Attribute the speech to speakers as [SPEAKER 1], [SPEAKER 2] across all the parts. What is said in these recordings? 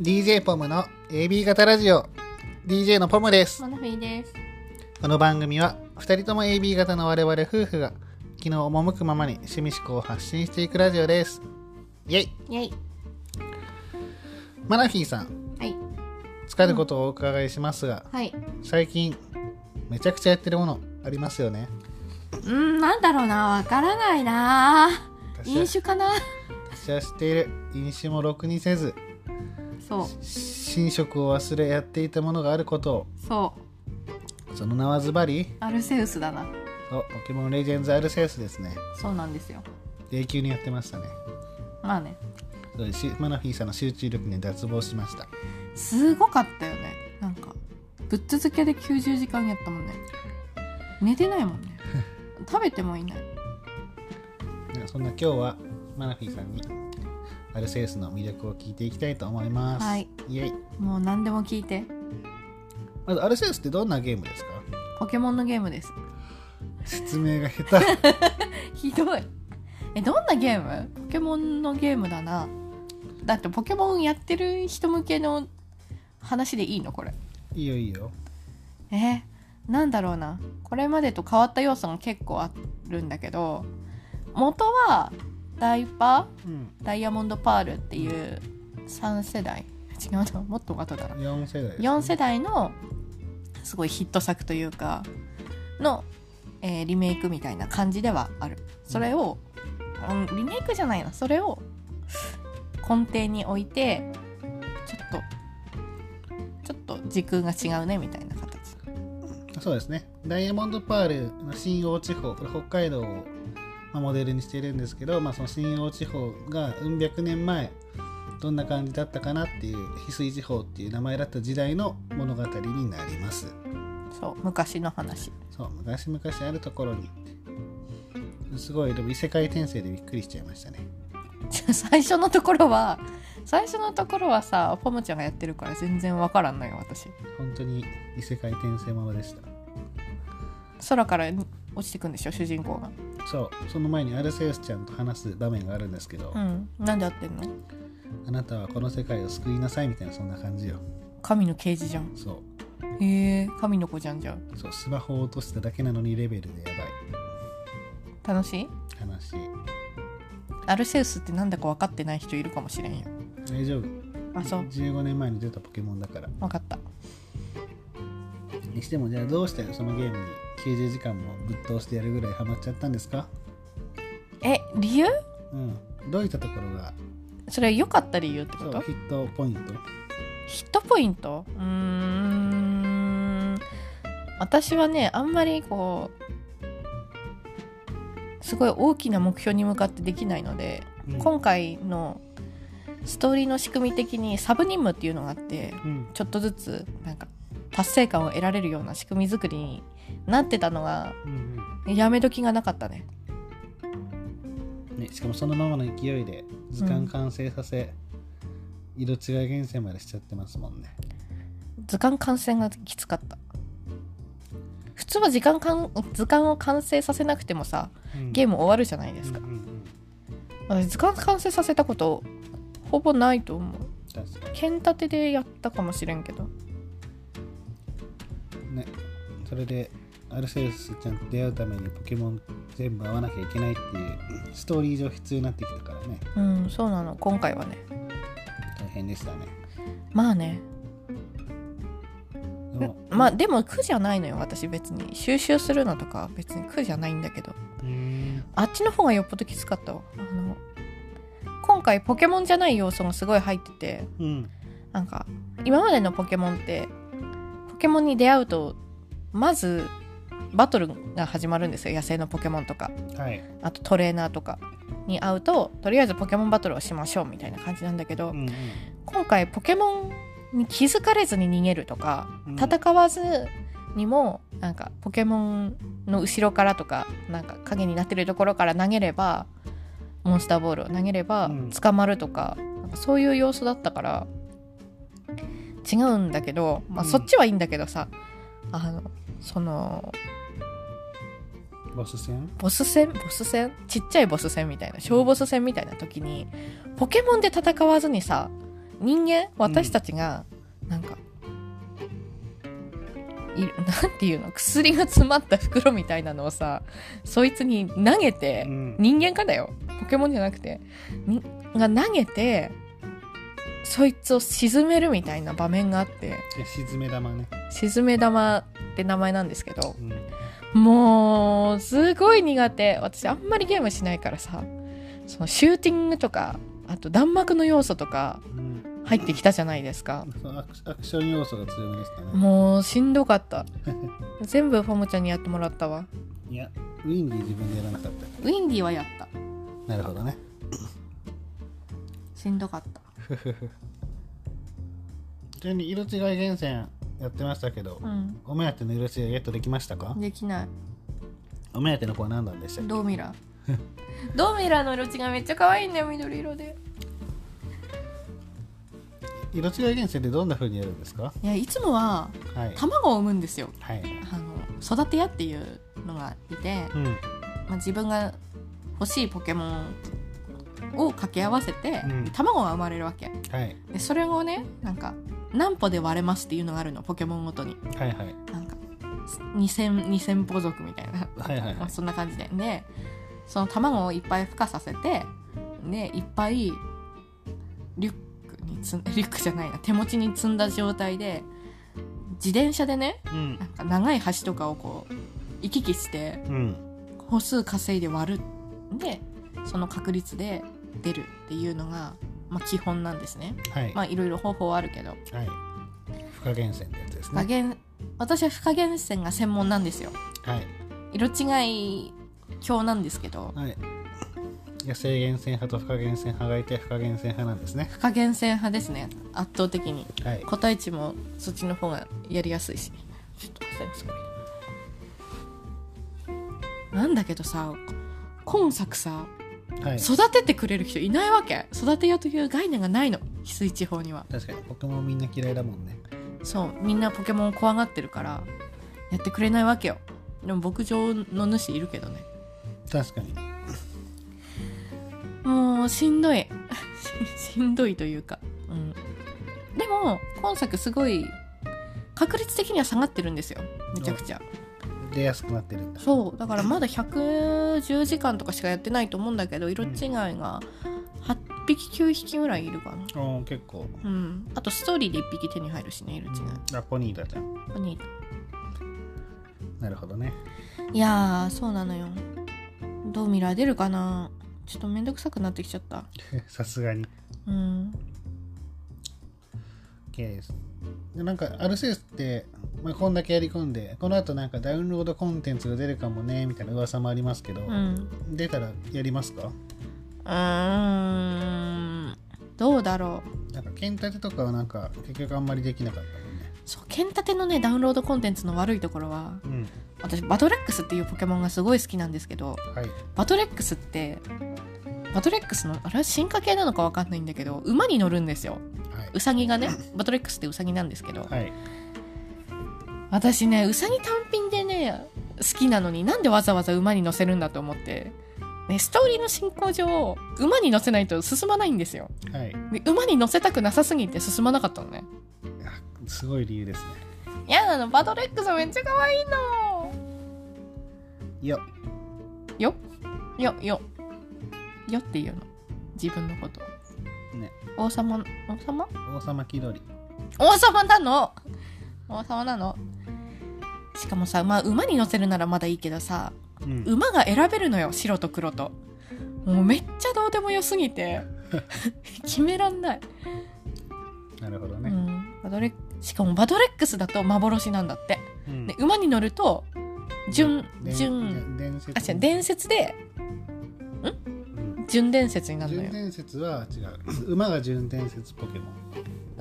[SPEAKER 1] DJ ポムの AB 型ラジオ DJ のポムです
[SPEAKER 2] モナフィーです。
[SPEAKER 1] この番組は2人とも AB 型の我々夫婦が昨日赴くままに趣味思考を発信していくラジオですイェイ
[SPEAKER 2] イェイ。
[SPEAKER 1] マナフィーさん
[SPEAKER 2] はい。
[SPEAKER 1] 疲ることをお伺いしますが、
[SPEAKER 2] はい。
[SPEAKER 1] 最近めちゃくちゃやってるものありますよね
[SPEAKER 2] うーん、なんだろうな。わからないな。
[SPEAKER 1] 私は
[SPEAKER 2] 飲酒かな。
[SPEAKER 1] 私はしている飲酒もろくにせず
[SPEAKER 2] そう。
[SPEAKER 1] 寝食を忘れやっていたものがあることを
[SPEAKER 2] そう。
[SPEAKER 1] その名はズバリ
[SPEAKER 2] アルセウスだな。
[SPEAKER 1] そうポケモンレジェンズアルセウスですね
[SPEAKER 2] そうなんですよ。
[SPEAKER 1] 永久にやってましたね
[SPEAKER 2] まあね。
[SPEAKER 1] それしマナフィーさんの集中力に脱帽しました
[SPEAKER 2] すごかったよね。なんか。ぶっ続けで90時間やったもんね。寝てないもん ね。食べてもいない。
[SPEAKER 1] ねそんな今日はマナフィーさんにアルセウスの魅力を聞いていきたいと思います、
[SPEAKER 2] はい
[SPEAKER 1] イエイ
[SPEAKER 2] もう何でも聞いて。
[SPEAKER 1] まずアルセウスってどんなゲームですか
[SPEAKER 2] ポケモンのゲームです。
[SPEAKER 1] 説明が下 手
[SPEAKER 2] ひどい。え、どんなゲームポケモンのゲームだな。だってポケモンやってる人向けの話でいいのこれ。
[SPEAKER 1] いいよいいよ
[SPEAKER 2] えーなんだろうなこれまでと変わった要素も結構あるんだけど元はダイパ
[SPEAKER 1] うん
[SPEAKER 2] ーダイヤモンドパールっていう3世代違うなもっと後だな
[SPEAKER 1] 4世代ですね、
[SPEAKER 2] 4世代のすごいヒット作というかの、えーリメイクみたいな感じではあるそれを、うん、リメイクじゃないなそれを根底に置いてちょっとちょっと時空が違うねみたいな形
[SPEAKER 1] そうですねダイヤモンドパールの新大地方これ北海道をまあモデルにしているんですけど、まあ、その新大地方がうん百年前どんな感じだったかなっていう翡翠地方っていう名前だった時代の物語になります
[SPEAKER 2] そう昔の話
[SPEAKER 1] そう昔々あるところにすごいでも異世界転生でびっくりしちゃいましたね
[SPEAKER 2] 最初のところは最初のところはさポムちゃんがやってるから全然わからんのよ私
[SPEAKER 1] 本当に異世界転生ものでした
[SPEAKER 2] 空から落ちてくんでしょ主人公が
[SPEAKER 1] そうその前にアルセウスちゃんと話す場面があるんですけど、
[SPEAKER 2] うんなんで合ってんの
[SPEAKER 1] あなたはこの世界を救いなさいみたいなそんな感じよ
[SPEAKER 2] 神の刑事じゃん
[SPEAKER 1] そう
[SPEAKER 2] へえ神の子じゃんじゃん
[SPEAKER 1] そうスマホを落としただけなのにレベルでやばい
[SPEAKER 2] 楽しい
[SPEAKER 1] 話
[SPEAKER 2] アルセウスってなんだか分かってない人いるかもしれんよ
[SPEAKER 1] 大丈夫
[SPEAKER 2] あそう
[SPEAKER 1] 15年前に出たポケモンだから
[SPEAKER 2] 分かった
[SPEAKER 1] にしてもじゃあどうしてそのゲームに90時間もぶっ通してやるぐらいハマっちゃったんですか
[SPEAKER 2] え理由
[SPEAKER 1] うんどういったところが
[SPEAKER 2] それは良かった理由って
[SPEAKER 1] そ
[SPEAKER 2] こ
[SPEAKER 1] う
[SPEAKER 2] と
[SPEAKER 1] ヒットポイント
[SPEAKER 2] ヒットポイントうーん私はねあんまりこうすごい大きな目標に向かってできないので、
[SPEAKER 1] うん
[SPEAKER 2] 今回のストーリーの仕組み的にサブ任務っていうのがあって
[SPEAKER 1] うん
[SPEAKER 2] ちょっとずつなんか達成感を得られるような仕組み作りになってたのが
[SPEAKER 1] うん
[SPEAKER 2] やめ時がなかったね
[SPEAKER 1] うんね、しかもそのままの勢いで図鑑完成させ、色違い厳選までしちゃってますもんね
[SPEAKER 2] 図鑑完成がきつかった普通は時間かん図鑑を完成させなくてもさゲー
[SPEAKER 1] ム
[SPEAKER 2] ム終わるじゃないですか
[SPEAKER 1] うんうんうん、
[SPEAKER 2] 私図鑑完成させたことほぼないと思う
[SPEAKER 1] 確か
[SPEAKER 2] 剣立てでやったかもしれんけど
[SPEAKER 1] にねそれでアルセウスちゃんと出会うためにポケモン全部会わなきゃいけないっていうストーリー上必要になってきたからね
[SPEAKER 2] うんそうなの今回はね
[SPEAKER 1] 大変でしたね
[SPEAKER 2] まあね
[SPEAKER 1] でも
[SPEAKER 2] まあでも苦じゃないのよ私別に収集するのとか別に苦じゃないんだけど
[SPEAKER 1] うん
[SPEAKER 2] あっちの方がよっぽどきつかったわあの今回ポケモンじゃない要素もすごい入ってて
[SPEAKER 1] うん
[SPEAKER 2] なんか今までのポケモンってポケモンに出会うとまずバトルが始まるんですよ野生のポケモンとか
[SPEAKER 1] はい、
[SPEAKER 2] あとトレーナーとかに会うととりあえずポケモンバトルをしましょうみたいな感じなんだけど、
[SPEAKER 1] うん
[SPEAKER 2] 今回ポケモンに気づかれずに逃げるとか、
[SPEAKER 1] うん
[SPEAKER 2] 戦わずにもなんかポケモンの後ろからとかなんか影になってるところから投げればモンスターボールを投げれば
[SPEAKER 1] うん
[SPEAKER 2] 捕まるとか,、なんかそういう要素だったから違うんだけど、まあ、
[SPEAKER 1] うん
[SPEAKER 2] そっちはいいんだけどさ、あのその
[SPEAKER 1] うん、ボス戦
[SPEAKER 2] ボス戦ボス戦ちっちゃいボス戦みたいな小ボス戦みたいな時にポケモンで戦わずにさ人間私たちがなんか、いなんていうの薬が詰まった袋みたいなのをさそいつに投げて、
[SPEAKER 1] うん
[SPEAKER 2] 人間かだよポケモンじゃなくてにが投げてそいつを沈めるみたいな場面があって
[SPEAKER 1] 沈め玉ね、
[SPEAKER 2] 沈め玉って名前なんですけど
[SPEAKER 1] うん、
[SPEAKER 2] もうすごい苦手私あんまりゲームしないからさそのシューティングとかあと弾幕の要素とか
[SPEAKER 1] うん
[SPEAKER 2] 入ってきたじゃないですか
[SPEAKER 1] そのアクシアクション要素が強めでしたね
[SPEAKER 2] もうしんどかった全部フォムちゃんにやってもらったわ
[SPEAKER 1] いやウィンディ自分でやらなかった
[SPEAKER 2] ウィンディはやった
[SPEAKER 1] なるほどね
[SPEAKER 2] しんどかった
[SPEAKER 1] ちなみに色違い厳選やってましたけど、
[SPEAKER 2] うん
[SPEAKER 1] お目当ての色違いゲットできましたか、
[SPEAKER 2] できない
[SPEAKER 1] お目当ての子は何なんでしたっけ
[SPEAKER 2] ドーミラ ドーミラの色違いめっちゃ可愛いんだよ緑色で
[SPEAKER 1] 色違い厳選ってどんな風にやるんですか
[SPEAKER 2] いやいつもは
[SPEAKER 1] はい
[SPEAKER 2] 卵を産むんですよ
[SPEAKER 1] はい
[SPEAKER 2] あの育て屋っていうのがいて、
[SPEAKER 1] うんうん
[SPEAKER 2] まあ、自分が欲しいポケモンを掛け合わせて、
[SPEAKER 1] うん
[SPEAKER 2] 卵が生まれるわけ
[SPEAKER 1] はい
[SPEAKER 2] でそれをねなんか何歩で割れますっていうのがあるのポケモンごとに
[SPEAKER 1] はいはい
[SPEAKER 2] なんか2000 2000歩族みたいな、
[SPEAKER 1] はいはい
[SPEAKER 2] ま
[SPEAKER 1] は
[SPEAKER 2] あ
[SPEAKER 1] い
[SPEAKER 2] そんな感じででその卵をいっぱい孵化させてでいっぱいリュックに積ん リュックじゃないな手持ちに積んだ状態で自転車でね
[SPEAKER 1] うん
[SPEAKER 2] なんか長い橋とかをこう行き来して
[SPEAKER 1] うん
[SPEAKER 2] 歩数稼いで割るんでその確率で出るっていうのが、まあ、基本なんですね
[SPEAKER 1] はい、
[SPEAKER 2] まあいろいろ方法はあるけど
[SPEAKER 1] はい不可厳選ってやつです
[SPEAKER 2] 不可
[SPEAKER 1] ね
[SPEAKER 2] 減私は不可減線が専門なんですよ
[SPEAKER 1] はい
[SPEAKER 2] 色違い表なんですけど
[SPEAKER 1] はい野生厳選派と不可厳選派がいて不可厳選派なんですね
[SPEAKER 2] 不可減線派ですね圧倒的に
[SPEAKER 1] はい
[SPEAKER 2] 個体値もそっちの方がやりやすいしちょっと待ってすごいななんだけどさ今作さ
[SPEAKER 1] はい
[SPEAKER 2] 育ててくれる人いないわけ育てようという概念がないの翡翠地方には
[SPEAKER 1] 確かに僕もみんな嫌いだもんね
[SPEAKER 2] そうみんなポケモンを怖がってるからやってくれないわけよでも牧場の主いるけどね
[SPEAKER 1] 確かに
[SPEAKER 2] もうしんどい ししんどいというか、うん、でも今作すごい確率的には下がってるんですよめちゃくちゃ
[SPEAKER 1] 出やすくなってるんだ
[SPEAKER 2] そうだからまだ110時間とかしかやってないと思うんだけど色違いが8匹9匹ぐらいいるかな
[SPEAKER 1] おー結構
[SPEAKER 2] うんあとストーリーで1匹手に入るしね色違い、
[SPEAKER 1] あポニーだじゃん
[SPEAKER 2] お兄
[SPEAKER 1] なるほどね
[SPEAKER 2] いやーそうなのよドーミラー出るかなちょっとめんどくさくなってきちゃった
[SPEAKER 1] さすがに
[SPEAKER 2] うん
[SPEAKER 1] 系ですでなんかアルセウスって、まあ、こんだけやり込んでこのあとなんかダウンロードコンテンツが出るかもねみたいな噂もありますけど、
[SPEAKER 2] うん
[SPEAKER 1] 出たらやりますか
[SPEAKER 2] うーんどうだろう
[SPEAKER 1] なんか剣立てとかはなんか結局あんまりできなかったもんね
[SPEAKER 2] そう剣立てのねダウンロードコンテンツの悪いところは
[SPEAKER 1] うん
[SPEAKER 2] 私バトレックスっていうポケモンがすごい好きなんですけど
[SPEAKER 1] はい
[SPEAKER 2] バトレックスってバトレックスのあれは進化系なのかわかんないんだけど馬に乗るんですよウサギがねバトレックスってウサギなんですけど、
[SPEAKER 1] はいはい
[SPEAKER 2] 私ねうさぎ単品でね好きなのになんでわざわざ馬に乗せるんだと思って、ね、ストーリーの進行上馬に乗せないと進まないんですよ
[SPEAKER 1] はい
[SPEAKER 2] で馬に乗せたくなさすぎて進まなかったのね
[SPEAKER 1] あすごい理由ですね
[SPEAKER 2] やなのバトレックスめっちゃ可愛いの
[SPEAKER 1] いや
[SPEAKER 2] よよよよっていうの自分のこと
[SPEAKER 1] ね
[SPEAKER 2] 王様王様
[SPEAKER 1] 王様気取り
[SPEAKER 2] 王様なの王様なのしかもさ、まあ、馬に乗せるならまだいいけどさ
[SPEAKER 1] うん
[SPEAKER 2] 馬が選べるのよ白と黒ともうめっちゃどうでもよすぎて 決めらんない、
[SPEAKER 1] なるほど
[SPEAKER 2] う
[SPEAKER 1] ね、
[SPEAKER 2] ん、バドレしかもバドレックスだと幻なんだって
[SPEAKER 1] うん
[SPEAKER 2] で馬に乗ると純
[SPEAKER 1] で
[SPEAKER 2] 純
[SPEAKER 1] で伝説
[SPEAKER 2] あ違う伝説で
[SPEAKER 1] うん
[SPEAKER 2] 純伝説になるの
[SPEAKER 1] 純
[SPEAKER 2] よ
[SPEAKER 1] 伝説は違う馬が純伝説ポケモン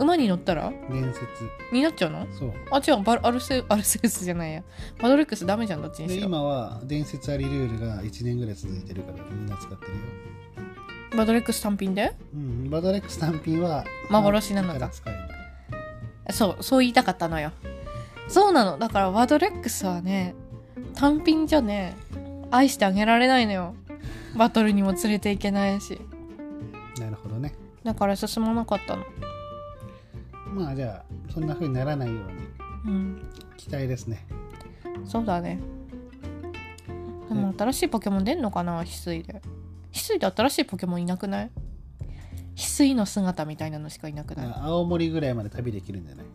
[SPEAKER 2] 馬に乗ったら
[SPEAKER 1] 伝説
[SPEAKER 2] になっちゃうの
[SPEAKER 1] そう
[SPEAKER 2] あ違うバルアルセアルセウスじゃないやバドレックスダメじゃんどっちに
[SPEAKER 1] で
[SPEAKER 2] しろ
[SPEAKER 1] 今は伝説ありルールが1年ぐらい続いてるからみんな使ってるよ、
[SPEAKER 2] バドレックス単品で
[SPEAKER 1] うん、バドレックス単品は
[SPEAKER 2] 幻なのか
[SPEAKER 1] から使えない
[SPEAKER 2] そうそう言いたかったのよそうなのだからバドレックスはね単品じゃね愛してあげられないのよバトルにも連れていけないし
[SPEAKER 1] なるほどね
[SPEAKER 2] だから進まなかったの
[SPEAKER 1] まあじゃあそんな風にならないように
[SPEAKER 2] うん、
[SPEAKER 1] 期待ですね
[SPEAKER 2] そうだねでも新しいポケモン出んのかな翡翠で翡翠で新しいポケモンいなくない翡翠の姿みたいなのしかいなくない、
[SPEAKER 1] まあ青森ぐらいまで旅できるんじゃない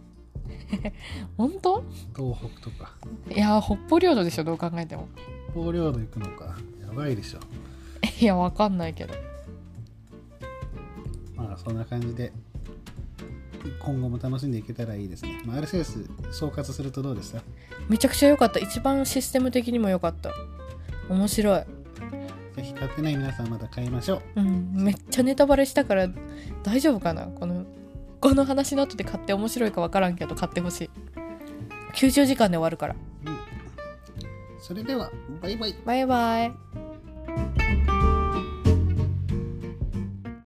[SPEAKER 2] 本当
[SPEAKER 1] 東北とか
[SPEAKER 2] いやー北方領土でしょどう考えても
[SPEAKER 1] 北領土行くのかやばいでしょ
[SPEAKER 2] いやわかんないけど
[SPEAKER 1] まあそんな感じで今後も楽しんでいけたらいいですね、まあ、RCS 総括するとどうですか
[SPEAKER 2] めちゃくちゃ良かった一番システム的にも良かった面白い
[SPEAKER 1] ぜひ買ってない皆さんまた買いましょう
[SPEAKER 2] うんめっちゃネタバレしたから大丈夫かなこのこの話の後で買って面白いか分からんけど買ってほしい90時間で終わるから
[SPEAKER 1] それではバイバイ
[SPEAKER 2] バイバイ